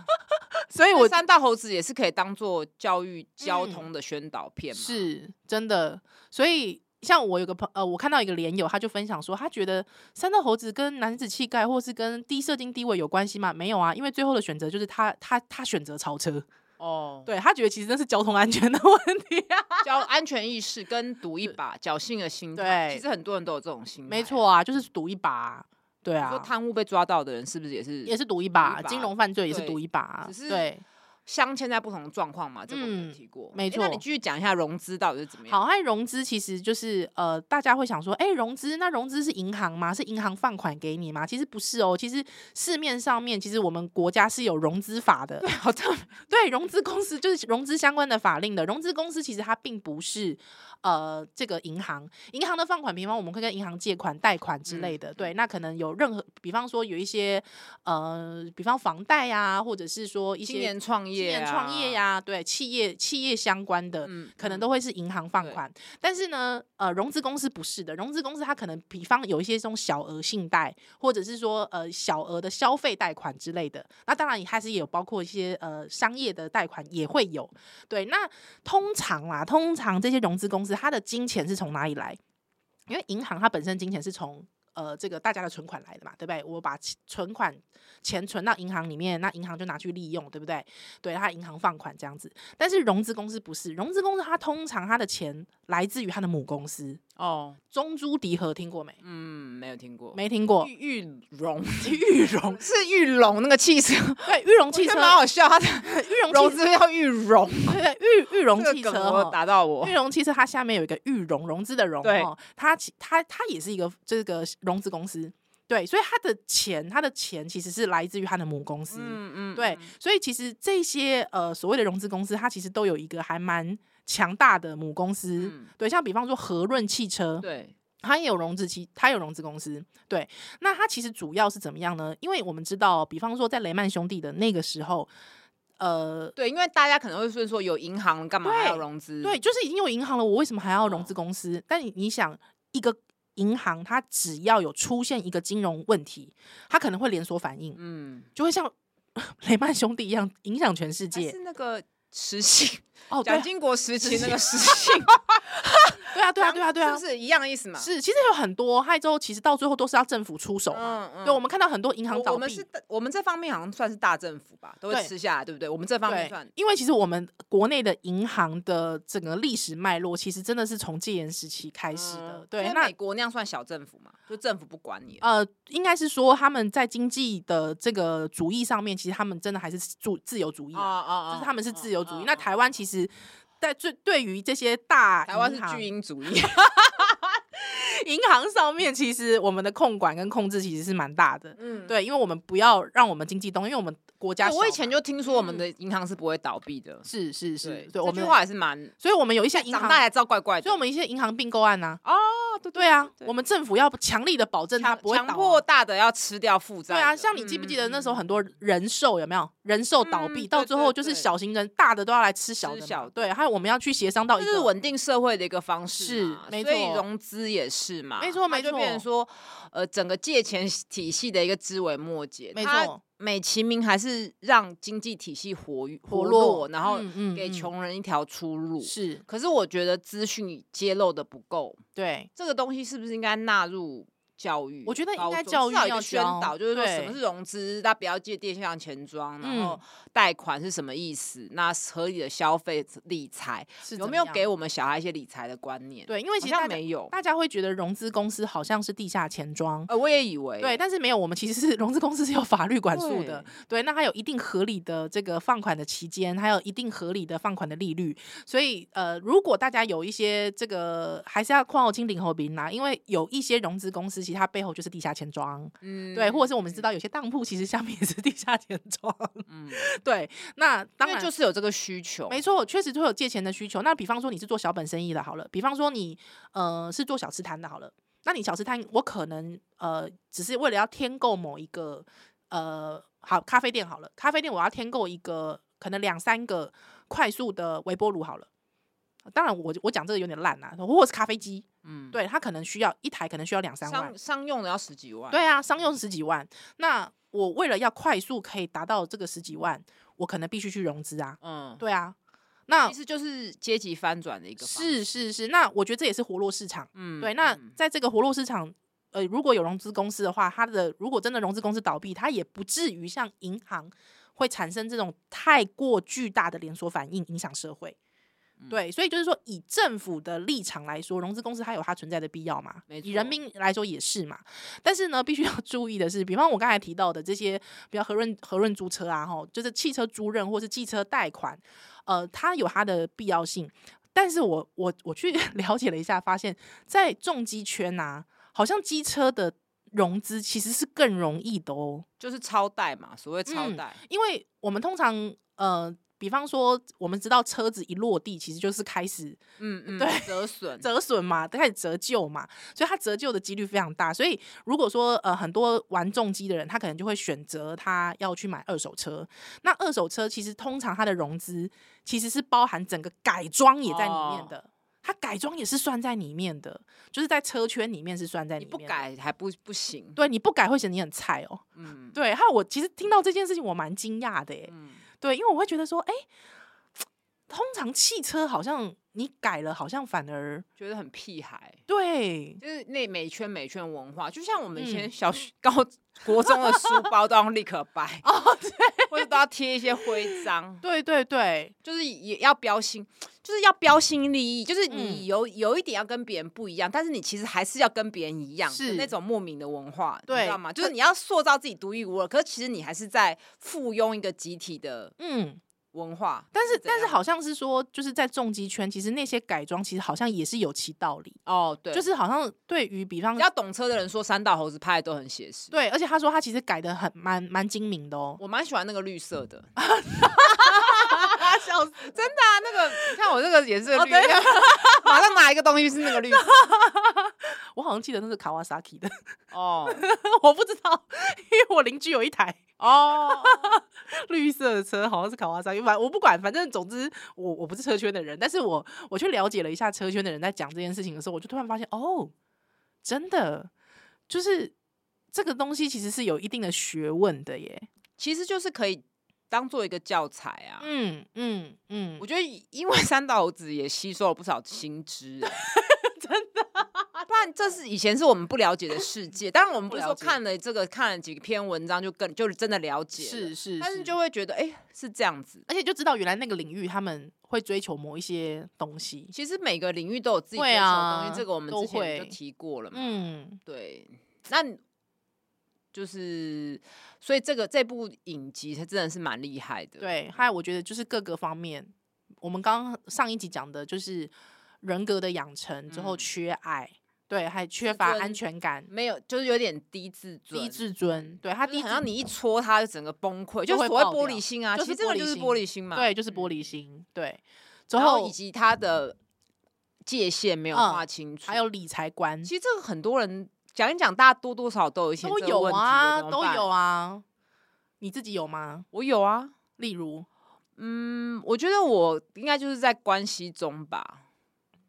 [SPEAKER 1] 所以
[SPEAKER 3] 那
[SPEAKER 1] 我
[SPEAKER 3] 三大猴子也是可以当做教育交通的宣导片
[SPEAKER 1] 嗯
[SPEAKER 3] 嘛。
[SPEAKER 1] 是真的。所以像我有个朋呃，我看到一个连友，他就分享说，他觉得三道猴子跟男子气概或是跟低社经地位有关系吗？没有啊，因为最后的选择就是他他他选择超车，
[SPEAKER 3] 哦，
[SPEAKER 1] 对他觉得其实那是交通安全的问题啊。
[SPEAKER 3] 交安全意识跟赌一把侥幸的心态，
[SPEAKER 1] 对
[SPEAKER 3] 其实很多人都有这种心态。
[SPEAKER 1] 没，错啊，就是赌一把啊、对
[SPEAKER 3] 说
[SPEAKER 1] 啊，
[SPEAKER 3] 贪污被抓到的人是不是也是
[SPEAKER 1] 也是赌一把啊，
[SPEAKER 3] 赌一
[SPEAKER 1] 金
[SPEAKER 3] 把
[SPEAKER 1] 融犯罪也是
[SPEAKER 3] 对
[SPEAKER 1] 赌一把啊，
[SPEAKER 3] 只是
[SPEAKER 1] 对。
[SPEAKER 3] 镶嵌在不同的状况嘛？这个我
[SPEAKER 1] 嗯
[SPEAKER 3] 们有提过，
[SPEAKER 1] 没
[SPEAKER 3] 诶那
[SPEAKER 1] 错
[SPEAKER 3] 你继续讲一下融资到底是怎么样？
[SPEAKER 1] 好，，和融资其实就是呃，大家会想说，哎、融资那融资是银行吗？是银行放款给你吗？其实不是哦，其实市面上面其实我们国家是有融资法的，
[SPEAKER 3] 好特别
[SPEAKER 1] 对融资公司就是融资相关的法令的。融资公司其实它并不是呃这个银行，银行的放款，比方我们会跟银行借款、贷款之
[SPEAKER 3] 嗯
[SPEAKER 1] 类的。对，那可能有任何，比方说有一些呃，比方房贷呀、或者是说一
[SPEAKER 3] 青
[SPEAKER 1] 些
[SPEAKER 3] 年创
[SPEAKER 1] 青
[SPEAKER 3] 业、啊
[SPEAKER 1] 年创业、呀、对企业企业相关的，
[SPEAKER 3] 嗯
[SPEAKER 1] 可能
[SPEAKER 3] 嗯
[SPEAKER 1] 都会是银行放
[SPEAKER 3] 对
[SPEAKER 1] 款。但是呢，呃，融资公司不是的，融资公司它可能比方有一些这种小额信贷，或者是说呃小额的消费贷款之类的。那当然也还是也有包括一些呃商业的贷款也会有。对，那通常啦，通常这些融资公司它的金钱是从哪里来？因为银行它本身金钱是从呃这个大家的存款来的嘛，对不对？我把钱存款钱存到银行里面，那银行就拿去利用，对不对？对，它银行放款这样子。但是融资公司不是，融资公司它通常它的钱来自于它的母公司
[SPEAKER 3] 哦，
[SPEAKER 1] 中珠迪和，听过没？
[SPEAKER 3] 嗯，没有听过，
[SPEAKER 1] 没听过。
[SPEAKER 3] 玉玉龙
[SPEAKER 1] 玉龙
[SPEAKER 3] 是玉龙那个汽车，
[SPEAKER 1] 对玉龙 汽
[SPEAKER 3] 我
[SPEAKER 1] 车
[SPEAKER 3] 觉得，蛮好 笑，它的
[SPEAKER 1] 玉龙
[SPEAKER 3] 融
[SPEAKER 1] 汽
[SPEAKER 3] 资叫玉龙，
[SPEAKER 1] 对对玉玉龙
[SPEAKER 3] 这
[SPEAKER 1] 汽
[SPEAKER 3] 个
[SPEAKER 1] 车
[SPEAKER 3] 梗我
[SPEAKER 1] 哈
[SPEAKER 3] 打到 我
[SPEAKER 1] 玉。龙汽车它下面有一个玉融融资的融，
[SPEAKER 3] 对
[SPEAKER 1] 哦，它其它它也是一个这个融资公司，对，所以它的钱，它的钱其实是来自于它的母公司，
[SPEAKER 3] 嗯
[SPEAKER 1] 对，所以其实这些呃所谓的融资公司，它其实都有一个还蛮强大的母公司，
[SPEAKER 3] 嗯
[SPEAKER 1] 对，像比方说和润汽车，
[SPEAKER 3] 对，
[SPEAKER 1] 它也有融资期，它有融资公司。对，那它其实主要是怎么样呢？因为我们知道，比方说在雷曼兄弟的那个时候，呃，
[SPEAKER 3] 对，因为大家可能会说说有银行干嘛还要
[SPEAKER 1] 对
[SPEAKER 3] 融资？
[SPEAKER 1] 对，就是已经有银行了，我为什么还要融
[SPEAKER 3] 嗯
[SPEAKER 1] 资公司？但你你想，一个银行它只要有出现一个金融问题，它可能会连锁反应，
[SPEAKER 3] 嗯，
[SPEAKER 1] 就会像 雷曼兄弟一样影响全世
[SPEAKER 3] 还
[SPEAKER 1] 界
[SPEAKER 3] 啊是。那个实信，
[SPEAKER 1] 哦，对
[SPEAKER 3] 蒋
[SPEAKER 1] 啊，
[SPEAKER 3] 经国时期
[SPEAKER 1] 实
[SPEAKER 3] 那个实信，
[SPEAKER 1] 对 啊，对啊，对啊，对啊
[SPEAKER 3] 是，不是一样的意思嘛？
[SPEAKER 1] 是，其实有很多害之后，其实到最后都是要政府出手嘛。
[SPEAKER 3] 嗯
[SPEAKER 1] 对，我们看到很多银行
[SPEAKER 3] 我
[SPEAKER 1] 倒
[SPEAKER 3] 我们
[SPEAKER 1] 闭
[SPEAKER 3] 是，大我们这方面好像算是大政府吧，都会
[SPEAKER 1] 对
[SPEAKER 3] 吃下来，对不对？我们这方面算
[SPEAKER 1] 因为其实我们国内的银行的整个历史脉络，其实真的是从戒严时期开始的。
[SPEAKER 3] 嗯
[SPEAKER 1] 对，
[SPEAKER 3] 所以
[SPEAKER 1] 那
[SPEAKER 3] 美国那样算小政府嘛，就政府不管你。
[SPEAKER 1] 呃，应该是说他们在经济的这个主义上面，其实他们真的还是主自由主义啊，
[SPEAKER 3] 啊
[SPEAKER 1] 就是他们是自由主义。
[SPEAKER 3] 嗯
[SPEAKER 1] 那
[SPEAKER 3] 嗯
[SPEAKER 1] 台湾其实。在最对于这些大
[SPEAKER 3] 台湾
[SPEAKER 1] 银
[SPEAKER 3] 是
[SPEAKER 1] 行
[SPEAKER 3] 巨婴主义，
[SPEAKER 1] 银行上面，其实我们的控管跟控制其实是蛮大的。
[SPEAKER 3] 嗯，
[SPEAKER 1] 对，啊因为我们不要让我们经济动，因为我们国家
[SPEAKER 3] 对。我以
[SPEAKER 1] 小
[SPEAKER 3] 前
[SPEAKER 1] 嘛
[SPEAKER 3] 就听说我们的银行是不会倒闭的，
[SPEAKER 1] 是是是，对，
[SPEAKER 3] 这
[SPEAKER 1] 我
[SPEAKER 3] 句
[SPEAKER 1] 们
[SPEAKER 3] 话也是蛮
[SPEAKER 1] 所以我们有一些银
[SPEAKER 3] 长
[SPEAKER 1] 行
[SPEAKER 3] 大，才知道怪怪的，
[SPEAKER 1] 所以我们一些银行并购案呐、啊。
[SPEAKER 3] 哦，对
[SPEAKER 1] 对啊，
[SPEAKER 3] 对
[SPEAKER 1] 我们政府要强力的保证它
[SPEAKER 3] 强
[SPEAKER 1] 不会倒啊、
[SPEAKER 3] 强迫大的要吃掉负债
[SPEAKER 1] 对
[SPEAKER 3] 的，
[SPEAKER 1] 啊，像你记不记得那时候很多人寿有没有？人寿倒闭，
[SPEAKER 3] 嗯
[SPEAKER 1] 到
[SPEAKER 3] 对
[SPEAKER 1] 最后
[SPEAKER 3] 对
[SPEAKER 1] 就是
[SPEAKER 3] 对
[SPEAKER 1] 小型人大的都要来吃小的嘛，
[SPEAKER 3] 吃小的
[SPEAKER 1] 对，还有我们要去协商到一
[SPEAKER 3] 这
[SPEAKER 1] 个
[SPEAKER 3] 是稳定社会的一个方式嘛，
[SPEAKER 1] 是没
[SPEAKER 3] 所以
[SPEAKER 1] 错
[SPEAKER 3] 融资也是嘛，
[SPEAKER 1] 没错
[SPEAKER 3] 它
[SPEAKER 1] 没
[SPEAKER 3] 就变成
[SPEAKER 1] 错
[SPEAKER 3] 说，呃，整个借钱体系的一个枝微末节，
[SPEAKER 1] 没
[SPEAKER 3] 它
[SPEAKER 1] 错
[SPEAKER 3] 美其名还是让经济体系活跃活
[SPEAKER 1] 络
[SPEAKER 3] 络，然后
[SPEAKER 1] 嗯嗯
[SPEAKER 3] 给
[SPEAKER 1] 嗯
[SPEAKER 3] 穷人一条出路。
[SPEAKER 1] 是，
[SPEAKER 3] 可是我觉得资讯揭露的不够，
[SPEAKER 1] 对，
[SPEAKER 3] 这个东西是不是应该纳入？教育，
[SPEAKER 1] 我觉得应
[SPEAKER 3] 高
[SPEAKER 1] 该
[SPEAKER 3] 中
[SPEAKER 1] 教
[SPEAKER 3] 至
[SPEAKER 1] 育
[SPEAKER 3] 少有一
[SPEAKER 1] 要
[SPEAKER 3] 个宣
[SPEAKER 1] 教
[SPEAKER 3] 导，就是说什
[SPEAKER 1] 对
[SPEAKER 3] 么是融资，那不要借变相钱庄，然后
[SPEAKER 1] 嗯
[SPEAKER 3] 贷款是什么意思，那合理的消费理财，
[SPEAKER 1] 是
[SPEAKER 3] 有
[SPEAKER 1] 怎
[SPEAKER 3] 没
[SPEAKER 1] 么
[SPEAKER 3] 有
[SPEAKER 1] 样
[SPEAKER 3] 给我们小孩一些理财的观念？，
[SPEAKER 1] 对？因为
[SPEAKER 3] 好
[SPEAKER 1] 其实大
[SPEAKER 3] 像
[SPEAKER 1] 家
[SPEAKER 3] 没有。
[SPEAKER 1] 大家会觉得融资公司好像是地下钱庄，
[SPEAKER 3] 呃，我也以为
[SPEAKER 1] 对，但是没有，我们其实是 融资公司是有法律管束的，对，那它有一定合理的这个放款的期间，还有一定合理的放款的利率，所以呃，如果大家有一些这个，还是要矿后清零后兵啦，因为有一些融资公司其其他背后就是地下钱庄，
[SPEAKER 3] 嗯
[SPEAKER 1] 对，或者是我们知道有些当铺其实下面也是地下钱庄，
[SPEAKER 3] 嗯，
[SPEAKER 1] 对。那当
[SPEAKER 3] 当
[SPEAKER 1] 然
[SPEAKER 3] 然就是有这个需求，
[SPEAKER 1] 没错，确实会有借钱的需求。那比方说你是做小本生意的，好了，比方说你呃是做小吃摊的，好了，那你小吃摊，我可能呃只是为了要添购某一个呃好咖啡店好了，咖啡店我要添购一个可能两三个快速的微波炉好了。当然我，我讲这个有点烂啦、或者是咖啡机，
[SPEAKER 3] 嗯，
[SPEAKER 1] 对它可能需要一台，可能需要两三万，
[SPEAKER 3] 商商用的要十几万，，
[SPEAKER 1] 对啊，商用十几万。那我为了要快速可以达到这个十几万，我可能必须去融资啊，
[SPEAKER 3] 嗯，
[SPEAKER 1] 对啊。那
[SPEAKER 3] 其实就是阶级翻转的一个方
[SPEAKER 1] 是
[SPEAKER 3] 式，
[SPEAKER 1] 是是，那我觉得这也是活络市场。
[SPEAKER 3] 嗯，
[SPEAKER 1] 对，那
[SPEAKER 3] 嗯
[SPEAKER 1] 在这个活络市场，呃，如果有融资公司的话，它的如果真的融资公司倒闭，它也不至于像银行会产生这种太过巨大的连锁反应，影响社会。
[SPEAKER 3] 嗯
[SPEAKER 1] 对，所以就是说，以政府的立场来说，融资公司它有它存在的必要嘛？
[SPEAKER 3] 没
[SPEAKER 1] 以人
[SPEAKER 3] 错
[SPEAKER 1] 民来说也是嘛。但是呢，必须要注意的是，比方我刚才提到的这些，比较和润和润租车啊，吼，就是汽车租赁或是汽车贷款，呃，它有它的必要性。但是我我我去 了解了一下，发现，在重机圈啊，好像机车的融资其实是更容易的哦，
[SPEAKER 3] 就是超贷嘛，所谓超
[SPEAKER 1] 嗯
[SPEAKER 3] 贷，
[SPEAKER 1] 因为我们通常呃，比方说我们知道车子一落地，其实就是开始
[SPEAKER 3] 嗯嗯，
[SPEAKER 1] 对，
[SPEAKER 3] 折损，
[SPEAKER 1] 折损嘛，开始折旧嘛，所以它折旧的几率非常大。所以如果说呃很多玩重机的人，他可能就会选择他要去买二手车。那二手车其实通常它的融资其实是包含整个改装也在里面的。
[SPEAKER 3] 哦
[SPEAKER 1] 它改装也是算在里面的，就是在车圈里面是算在里
[SPEAKER 3] 你
[SPEAKER 1] 面
[SPEAKER 3] 不
[SPEAKER 1] 的。
[SPEAKER 3] 改还不不行，
[SPEAKER 1] 对，你不改会显得你很菜哦。
[SPEAKER 3] 嗯，
[SPEAKER 1] 对，还有我其实听到这件事情，我蛮惊讶的耶。
[SPEAKER 3] 嗯，
[SPEAKER 1] 对，因为我会觉得说，哎、通常汽车好像你改了，好像反而
[SPEAKER 3] 觉得很屁孩。
[SPEAKER 1] 对
[SPEAKER 3] 就是那每圈每圈文化，就像我们以前
[SPEAKER 1] 嗯
[SPEAKER 3] 小学、高、国中的书包都要立刻掰 哦，对，或者都要贴一些徽章，
[SPEAKER 1] 对对对，
[SPEAKER 3] 就是也要标新，就是要标新立异，就是
[SPEAKER 1] 嗯
[SPEAKER 3] 你有、有一点要跟别人不一样，但是你其实还是要跟别人一样，
[SPEAKER 1] 是
[SPEAKER 3] 那种莫名的文化，你
[SPEAKER 1] 对
[SPEAKER 3] 知道吗？就是你要塑造自己独一无二，可是其实你还是在附庸一个集体的
[SPEAKER 1] 嗯。
[SPEAKER 3] 文化，
[SPEAKER 1] 但是
[SPEAKER 3] 怎
[SPEAKER 1] 但是
[SPEAKER 3] 样
[SPEAKER 1] 好像是说，就是在重机圈，其实那些改装其实好像也是有其道理，
[SPEAKER 3] 哦，对，
[SPEAKER 1] 就是好像对于比方
[SPEAKER 3] 只要懂车的人说三道猴子拍的都很写实。
[SPEAKER 1] 对，而且他说他其实改的很蛮蛮精明的哦。
[SPEAKER 3] 我蛮喜欢那个绿色的，
[SPEAKER 1] 啊， 笑死！
[SPEAKER 3] 真的啊，那个你看我这个也是
[SPEAKER 1] 哦
[SPEAKER 3] 个绿，
[SPEAKER 1] 对
[SPEAKER 3] 马上拿一个东西是那个绿色
[SPEAKER 1] 我好像记得那是卡瓦萨基的，
[SPEAKER 3] 哦
[SPEAKER 1] 我不知道，因为我邻居有一台
[SPEAKER 3] 哦，
[SPEAKER 1] 绿色的车，好像是卡瓦萨，反我不管，反正总之我我不是车圈的人，但是我我去了解了一下车圈的人在讲这件事情的时候，我就突然发现，哦，真的就是这个东西其实是有一定的学问的耶。
[SPEAKER 3] 其实就是可以当做一个教材啊。
[SPEAKER 1] 嗯嗯嗯
[SPEAKER 3] 我，觉得，因为三岛猴子也吸收了不少新知、 欸，真的。不然，这是以前是我们不了解的世界。当然，我们不是说
[SPEAKER 1] 不了解
[SPEAKER 3] 看了这个看了几篇文章就更就真的了解了
[SPEAKER 1] 是，是，
[SPEAKER 3] 但是就会觉得，哎、是这样子。
[SPEAKER 1] 而且就知道原来那个领域他们会追求某一些东西。
[SPEAKER 3] 其实每个领域都有自己
[SPEAKER 1] 会
[SPEAKER 3] 追求的东
[SPEAKER 1] 啊
[SPEAKER 3] 西，这个我们
[SPEAKER 1] 都
[SPEAKER 3] 之前就
[SPEAKER 1] 会
[SPEAKER 3] 提过了嘛。
[SPEAKER 1] 嗯，
[SPEAKER 3] 对，那你就是所以这个这部影集它真的是蛮厉害的。，
[SPEAKER 1] 对，还有我觉得就是各个方面，我们刚刚上一集讲的就是人格的养成之后
[SPEAKER 3] 嗯
[SPEAKER 1] 缺爱，对，还缺
[SPEAKER 3] 自
[SPEAKER 1] 乏
[SPEAKER 3] 尊
[SPEAKER 1] 安全感。
[SPEAKER 3] 没有就是有点低自尊，
[SPEAKER 1] 低自尊，对他
[SPEAKER 3] 就
[SPEAKER 1] 低
[SPEAKER 3] 是好
[SPEAKER 1] 自
[SPEAKER 3] 像你一戳它就整个崩溃，
[SPEAKER 1] 就
[SPEAKER 3] 就
[SPEAKER 1] 会
[SPEAKER 3] 所谓
[SPEAKER 1] 爆
[SPEAKER 3] 玻
[SPEAKER 1] 掉
[SPEAKER 3] 璃心啊，
[SPEAKER 1] 就
[SPEAKER 3] 其
[SPEAKER 1] 是
[SPEAKER 3] 实这个
[SPEAKER 1] 玻
[SPEAKER 3] 就
[SPEAKER 1] 璃
[SPEAKER 3] 是
[SPEAKER 1] 心
[SPEAKER 3] 玻璃心嘛。
[SPEAKER 1] 对，就是
[SPEAKER 3] 嗯
[SPEAKER 1] 玻璃心，对。之
[SPEAKER 3] 然后
[SPEAKER 1] 后
[SPEAKER 3] 以及他的界限没有
[SPEAKER 1] 嗯
[SPEAKER 3] 划清楚，
[SPEAKER 1] 还有理财观
[SPEAKER 3] 其实这个很多人讲一讲，大家多多少少都有一些
[SPEAKER 1] 都
[SPEAKER 3] 这个
[SPEAKER 1] 有
[SPEAKER 3] 问题
[SPEAKER 1] 啊，
[SPEAKER 3] 怎么
[SPEAKER 1] 都
[SPEAKER 3] 办
[SPEAKER 1] 有，啊。你自己有吗？
[SPEAKER 3] 我有啊，
[SPEAKER 1] 例如
[SPEAKER 3] 嗯，我觉得我应该就是在关系中吧，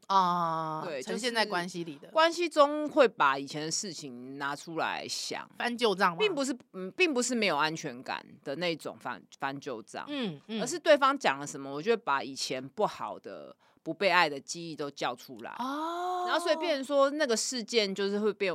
[SPEAKER 1] 啊，
[SPEAKER 3] 对
[SPEAKER 1] 呈
[SPEAKER 3] 就
[SPEAKER 1] 现在
[SPEAKER 3] 是
[SPEAKER 1] 关系里的
[SPEAKER 3] 关系中会把以前的事情拿出来想，
[SPEAKER 1] 翻旧账吗，
[SPEAKER 3] 并不是嗯，并不是没有安全感的那种翻翻旧账，
[SPEAKER 1] 嗯，嗯
[SPEAKER 3] 而是对方讲了什么，我就会把以前不好的、不被爱的记忆都叫出来，
[SPEAKER 1] 哦，
[SPEAKER 3] 然后所以变成说那个事件就是会变。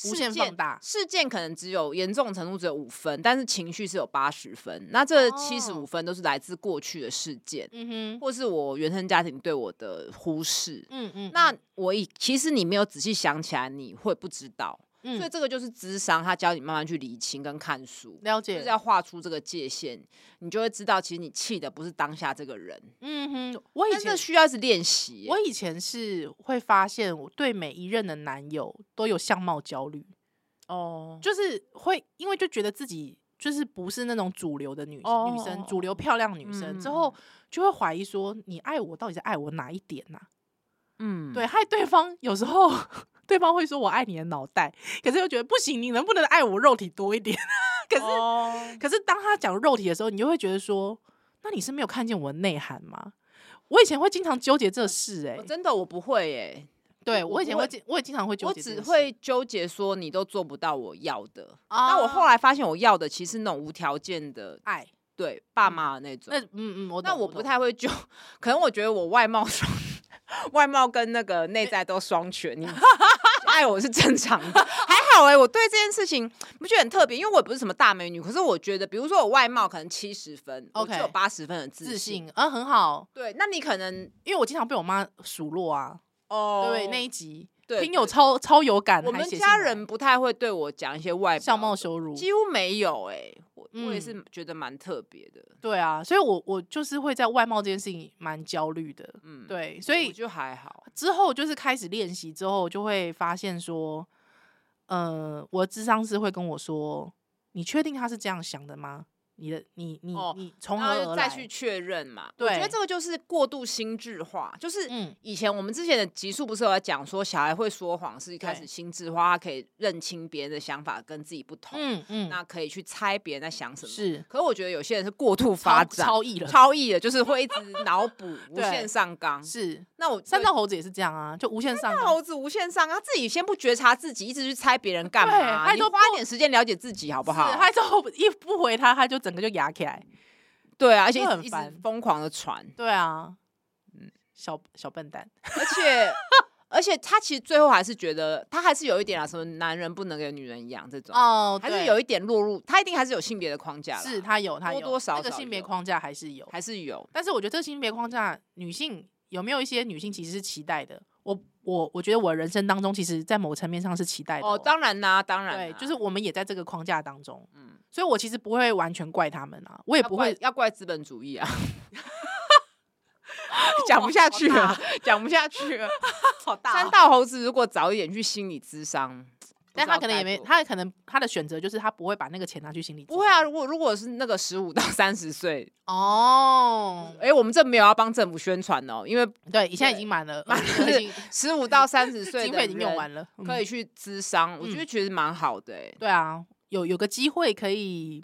[SPEAKER 3] 事
[SPEAKER 1] 限
[SPEAKER 3] 件
[SPEAKER 1] 放大
[SPEAKER 3] 事件可能只有严重程度只有五分，但是情绪是有八十分。那这七十
[SPEAKER 1] 哦
[SPEAKER 3] 五分都是来自过去的事件，
[SPEAKER 1] 嗯哼，
[SPEAKER 3] 或是我原生家庭对我的忽视。
[SPEAKER 1] 嗯嗯，
[SPEAKER 3] 那我以其实你没有仔细想起来，你会不知道，
[SPEAKER 1] 嗯
[SPEAKER 3] 所以这个就是智商，他教你慢慢去理清跟看书，
[SPEAKER 1] 了
[SPEAKER 3] 就
[SPEAKER 1] 解
[SPEAKER 3] 是，要画出这个界限，你就会知道，其实你气的不是当下这个人，
[SPEAKER 1] 嗯哼，我以
[SPEAKER 3] 但是
[SPEAKER 1] 前
[SPEAKER 3] 需要一直练习欸耶。
[SPEAKER 1] 我以前是会发现，我对每一任的男友都有相貌焦虑，
[SPEAKER 3] 哦，
[SPEAKER 1] 就是会因为就觉得自己就是不是那种主流的女、
[SPEAKER 3] 哦
[SPEAKER 1] 女生，主流漂亮女生、之
[SPEAKER 3] 嗯
[SPEAKER 1] 后就会怀疑说，你爱我到底是爱我哪一点呐、
[SPEAKER 3] 嗯，
[SPEAKER 1] 对，啊害对方有时候对方会说我爱你的脑袋，可是又觉得不行，你能不能爱我肉体多一点？ 可是、
[SPEAKER 3] 哦，
[SPEAKER 1] 可是当他讲肉体的时候，你就会觉得说，那你是没有看见我的内涵吗？我以前会经常纠结这事、欸，
[SPEAKER 3] 我真的我不会耶，
[SPEAKER 1] 对
[SPEAKER 3] 我
[SPEAKER 1] 我以
[SPEAKER 3] 不
[SPEAKER 1] 前会
[SPEAKER 3] 会
[SPEAKER 1] 经，我也经常会纠
[SPEAKER 3] 我
[SPEAKER 1] 结这
[SPEAKER 3] 只
[SPEAKER 1] 件事，
[SPEAKER 3] 会纠结说你都做不到我要的。
[SPEAKER 1] 啊
[SPEAKER 3] 但我后来发现我要的其实那种无条件的，
[SPEAKER 1] 爱
[SPEAKER 3] 对爸妈的那种。
[SPEAKER 1] 那嗯嗯，我
[SPEAKER 3] 那
[SPEAKER 1] 懂
[SPEAKER 3] 我
[SPEAKER 1] 我
[SPEAKER 3] 不
[SPEAKER 1] 懂
[SPEAKER 3] 太会纠，可能我觉得我外貌双，外貌跟那个内在都双全，你爱我是正常的，还好哎、我对这件事情不觉得很特别，因为我也不是什么大美女，可是我觉得，比如说我外貌可能七十分我就有
[SPEAKER 1] OK
[SPEAKER 3] 八十分的自
[SPEAKER 1] 自信，嗯，很好，
[SPEAKER 3] 对，那你可能
[SPEAKER 1] 因为我经常被我妈数落啊，
[SPEAKER 3] 哦，
[SPEAKER 1] 对那一集
[SPEAKER 3] 对
[SPEAKER 1] 听友超超有感，
[SPEAKER 3] 我
[SPEAKER 1] 还
[SPEAKER 3] 们
[SPEAKER 1] 写
[SPEAKER 3] 家
[SPEAKER 1] 信来
[SPEAKER 3] 人不太会对我讲一些外表
[SPEAKER 1] 相貌
[SPEAKER 3] 的
[SPEAKER 1] 羞辱，
[SPEAKER 3] 几乎没有哎、我、我也
[SPEAKER 1] 嗯
[SPEAKER 3] 是觉得蛮特别的，
[SPEAKER 1] 对啊，所以我我就是会在外貌这件事情蛮焦虑的，
[SPEAKER 3] 嗯，，
[SPEAKER 1] 对，所以
[SPEAKER 3] 就还好，
[SPEAKER 1] 之后就是开始练习之后，就会发现说，呃，我的智商师会跟我说，你确定他是这样想的吗？你的你你、
[SPEAKER 3] 哦
[SPEAKER 1] 你从
[SPEAKER 3] 然
[SPEAKER 1] 何
[SPEAKER 3] 后就
[SPEAKER 1] 而来？
[SPEAKER 3] 再去确认嘛。我觉
[SPEAKER 1] 对
[SPEAKER 3] 得这个就是过度心智化，就是
[SPEAKER 1] 嗯
[SPEAKER 3] 以前我们之前的集数不是有在讲说小孩会说谎是一开
[SPEAKER 1] 对
[SPEAKER 3] 始心智化，他可以认清别人的想法跟自己不同，
[SPEAKER 1] 嗯嗯，
[SPEAKER 3] 那可以去猜别人在想什么。
[SPEAKER 1] 是
[SPEAKER 3] 可我觉得有些人是过度
[SPEAKER 1] 超
[SPEAKER 3] 发展。
[SPEAKER 1] 超意了，
[SPEAKER 3] 超意的，就是会一直脑补，无
[SPEAKER 1] 对
[SPEAKER 3] 限上纲。
[SPEAKER 1] 是
[SPEAKER 3] 那我
[SPEAKER 1] 三
[SPEAKER 3] 对
[SPEAKER 1] 道猴子也是这样啊，就无限上纲。
[SPEAKER 3] 猴子无限上纲，他自己先不觉察自己，一直去猜别人干
[SPEAKER 1] 对
[SPEAKER 3] 嘛？
[SPEAKER 1] 他
[SPEAKER 3] 你
[SPEAKER 1] 都
[SPEAKER 3] 花
[SPEAKER 1] 不
[SPEAKER 3] 一点时间了解自己好不好
[SPEAKER 1] 是，？他之后 一不回他，他就整个就压起来。
[SPEAKER 3] 对啊，而且
[SPEAKER 1] 就
[SPEAKER 3] 一直
[SPEAKER 1] 很
[SPEAKER 3] 一直
[SPEAKER 1] 烦
[SPEAKER 3] 疯狂的传，
[SPEAKER 1] 对啊，小小笨蛋。
[SPEAKER 3] 而且而且他其实最后还是觉得他还是有一点啊，什么男人不能给女人养这种，
[SPEAKER 1] 哦
[SPEAKER 3] 还是有一点落入，他一定还是有性别的框架啦，
[SPEAKER 1] 是他有他有
[SPEAKER 3] 多多少
[SPEAKER 1] 这个
[SPEAKER 3] 少
[SPEAKER 1] 性别
[SPEAKER 3] 有
[SPEAKER 1] 框架还是有，
[SPEAKER 3] 还是有，
[SPEAKER 1] 但是我觉得这个性别框架，女性有没有一些女性其实是期待的？我我我觉得我人生当中，其实在某个层面上是期待的、
[SPEAKER 3] 哦，当然啦，当然
[SPEAKER 1] 对
[SPEAKER 3] 啦，，
[SPEAKER 1] 就是我们也在这个框架当中，
[SPEAKER 3] 嗯，
[SPEAKER 1] 所以我其实不会完全怪他们啊，我也
[SPEAKER 3] 要
[SPEAKER 1] 不
[SPEAKER 3] 怪
[SPEAKER 1] 会
[SPEAKER 3] 要怪资本主义啊。讲不下去了，讲不下去了。
[SPEAKER 1] 好大哦
[SPEAKER 3] 三道猴子如果早一点去心理咨商，
[SPEAKER 1] 但
[SPEAKER 3] 不知道
[SPEAKER 1] 他可能也
[SPEAKER 3] 该
[SPEAKER 1] 没，
[SPEAKER 3] 多
[SPEAKER 1] 他可能他的选择就是他不会把那个钱拿去心里。
[SPEAKER 3] 不会啊。，如果如果是那个十五到三 十岁，
[SPEAKER 1] 哦，
[SPEAKER 3] 哎、我们这没有要帮政府宣传哦，因为
[SPEAKER 1] 对，你现在已
[SPEAKER 3] 对
[SPEAKER 1] 经满了，
[SPEAKER 3] 满
[SPEAKER 1] 已经
[SPEAKER 3] 了
[SPEAKER 1] 已经
[SPEAKER 3] 十五到三十岁
[SPEAKER 1] 经
[SPEAKER 3] 的
[SPEAKER 1] 费已经用完
[SPEAKER 3] 了，
[SPEAKER 1] 了，嗯
[SPEAKER 3] 可以去咨商，我觉得其实蛮好的、欸，
[SPEAKER 1] 对啊，有有个机会可以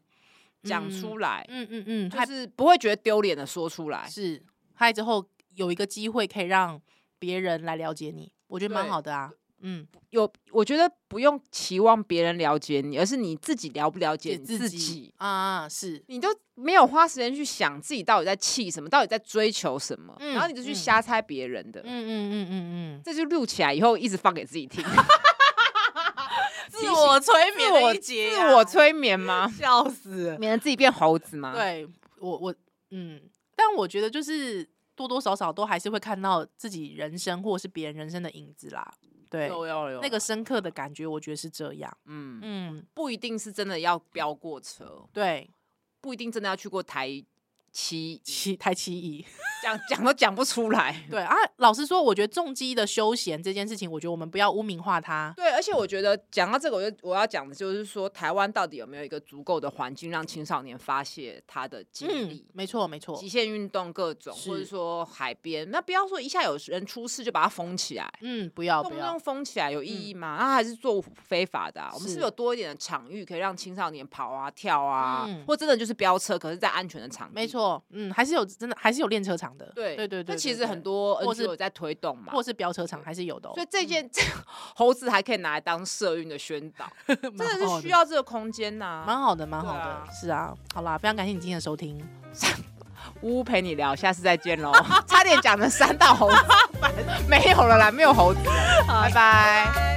[SPEAKER 3] 讲出，来，
[SPEAKER 1] 嗯嗯嗯嗯，还
[SPEAKER 3] 就是不会觉得丢脸的说出来。
[SPEAKER 1] 是，嗨之后有一个机会可以让别人来了解你，我觉得蛮
[SPEAKER 3] 对
[SPEAKER 1] 好的啊。嗯，
[SPEAKER 3] 有，我觉得不用期望别人了解你，而是你自己了不了解
[SPEAKER 1] 给
[SPEAKER 3] 你自
[SPEAKER 1] 己
[SPEAKER 3] 己。
[SPEAKER 1] 啊，是
[SPEAKER 3] 你都没有花时间去想自己到底在气什么，到底在追求什么，
[SPEAKER 1] 嗯
[SPEAKER 3] 然后你就去
[SPEAKER 1] 嗯
[SPEAKER 3] 瞎猜别人的，
[SPEAKER 1] 嗯嗯嗯嗯嗯，
[SPEAKER 3] 这就录起来以后一直放给自 己听，
[SPEAKER 1] 自我催
[SPEAKER 3] 嗯自
[SPEAKER 1] 眠
[SPEAKER 3] 我
[SPEAKER 1] 的一节
[SPEAKER 3] 自
[SPEAKER 1] 啊
[SPEAKER 3] 我催眠吗？
[SPEAKER 1] 笑死。
[SPEAKER 3] 免得自己变猴子吗？，
[SPEAKER 1] 对我我嗯，但我觉得就是多多少少都还是会看到自己人生或是别人人生的影子啦。对，
[SPEAKER 3] 有有有
[SPEAKER 1] 那个深刻的感觉，我觉得是这样。
[SPEAKER 3] 嗯，
[SPEAKER 1] 嗯，
[SPEAKER 3] 不一定是真的要飙过车，
[SPEAKER 1] 对，
[SPEAKER 3] 不一定真的要去过台七，
[SPEAKER 1] 奇太奇异。
[SPEAKER 3] 讲讲都讲不出来。
[SPEAKER 1] 对啊，老实说，我觉得重机的休闲这件事情，我觉得我们不要污名化它。
[SPEAKER 3] 对，而且我觉得讲到这个，我就我要讲的就是说，台湾到底有没有一个足够的环境让青少年发泄他的精
[SPEAKER 1] 嗯
[SPEAKER 3] 力，？
[SPEAKER 1] 没错没错
[SPEAKER 3] 极。限运动各种，或者
[SPEAKER 1] 是
[SPEAKER 3] 说海边，那不要说一下有人出事就把它封起来，
[SPEAKER 1] 嗯，不要
[SPEAKER 3] 动
[SPEAKER 1] 不
[SPEAKER 3] 不
[SPEAKER 1] 要嗯
[SPEAKER 3] 动，封起来有意义吗？那、还是做非法的、啊。我们是不
[SPEAKER 1] 是
[SPEAKER 3] 是有多一点的场域可以让青少年跑啊、跳啊，
[SPEAKER 1] 嗯
[SPEAKER 3] 或真的就是飙车，可是在安全的场地？
[SPEAKER 1] 没，错，嗯，还是有真的还是有练车场的，
[SPEAKER 3] 对
[SPEAKER 1] 对对对。
[SPEAKER 3] 那其
[SPEAKER 1] 对
[SPEAKER 3] 实很，多
[SPEAKER 1] 或是
[SPEAKER 3] NGO 有在推动嘛
[SPEAKER 1] 对或。是飙车场还是有的哦，
[SPEAKER 3] 所以这件、这 猴子还可以拿来当社运的宣 导，
[SPEAKER 1] 真
[SPEAKER 3] 真的是需要这个空间呐、
[SPEAKER 1] 蛮好的，蛮好
[SPEAKER 3] 对
[SPEAKER 1] 的
[SPEAKER 3] 啊，
[SPEAKER 1] 是啊，好啦，非常感谢你今天的收听，
[SPEAKER 3] 呜呜陪你聊，下次再见 喽！ 差点讲成三道猴子，没有了啦，没有猴子了，拜拜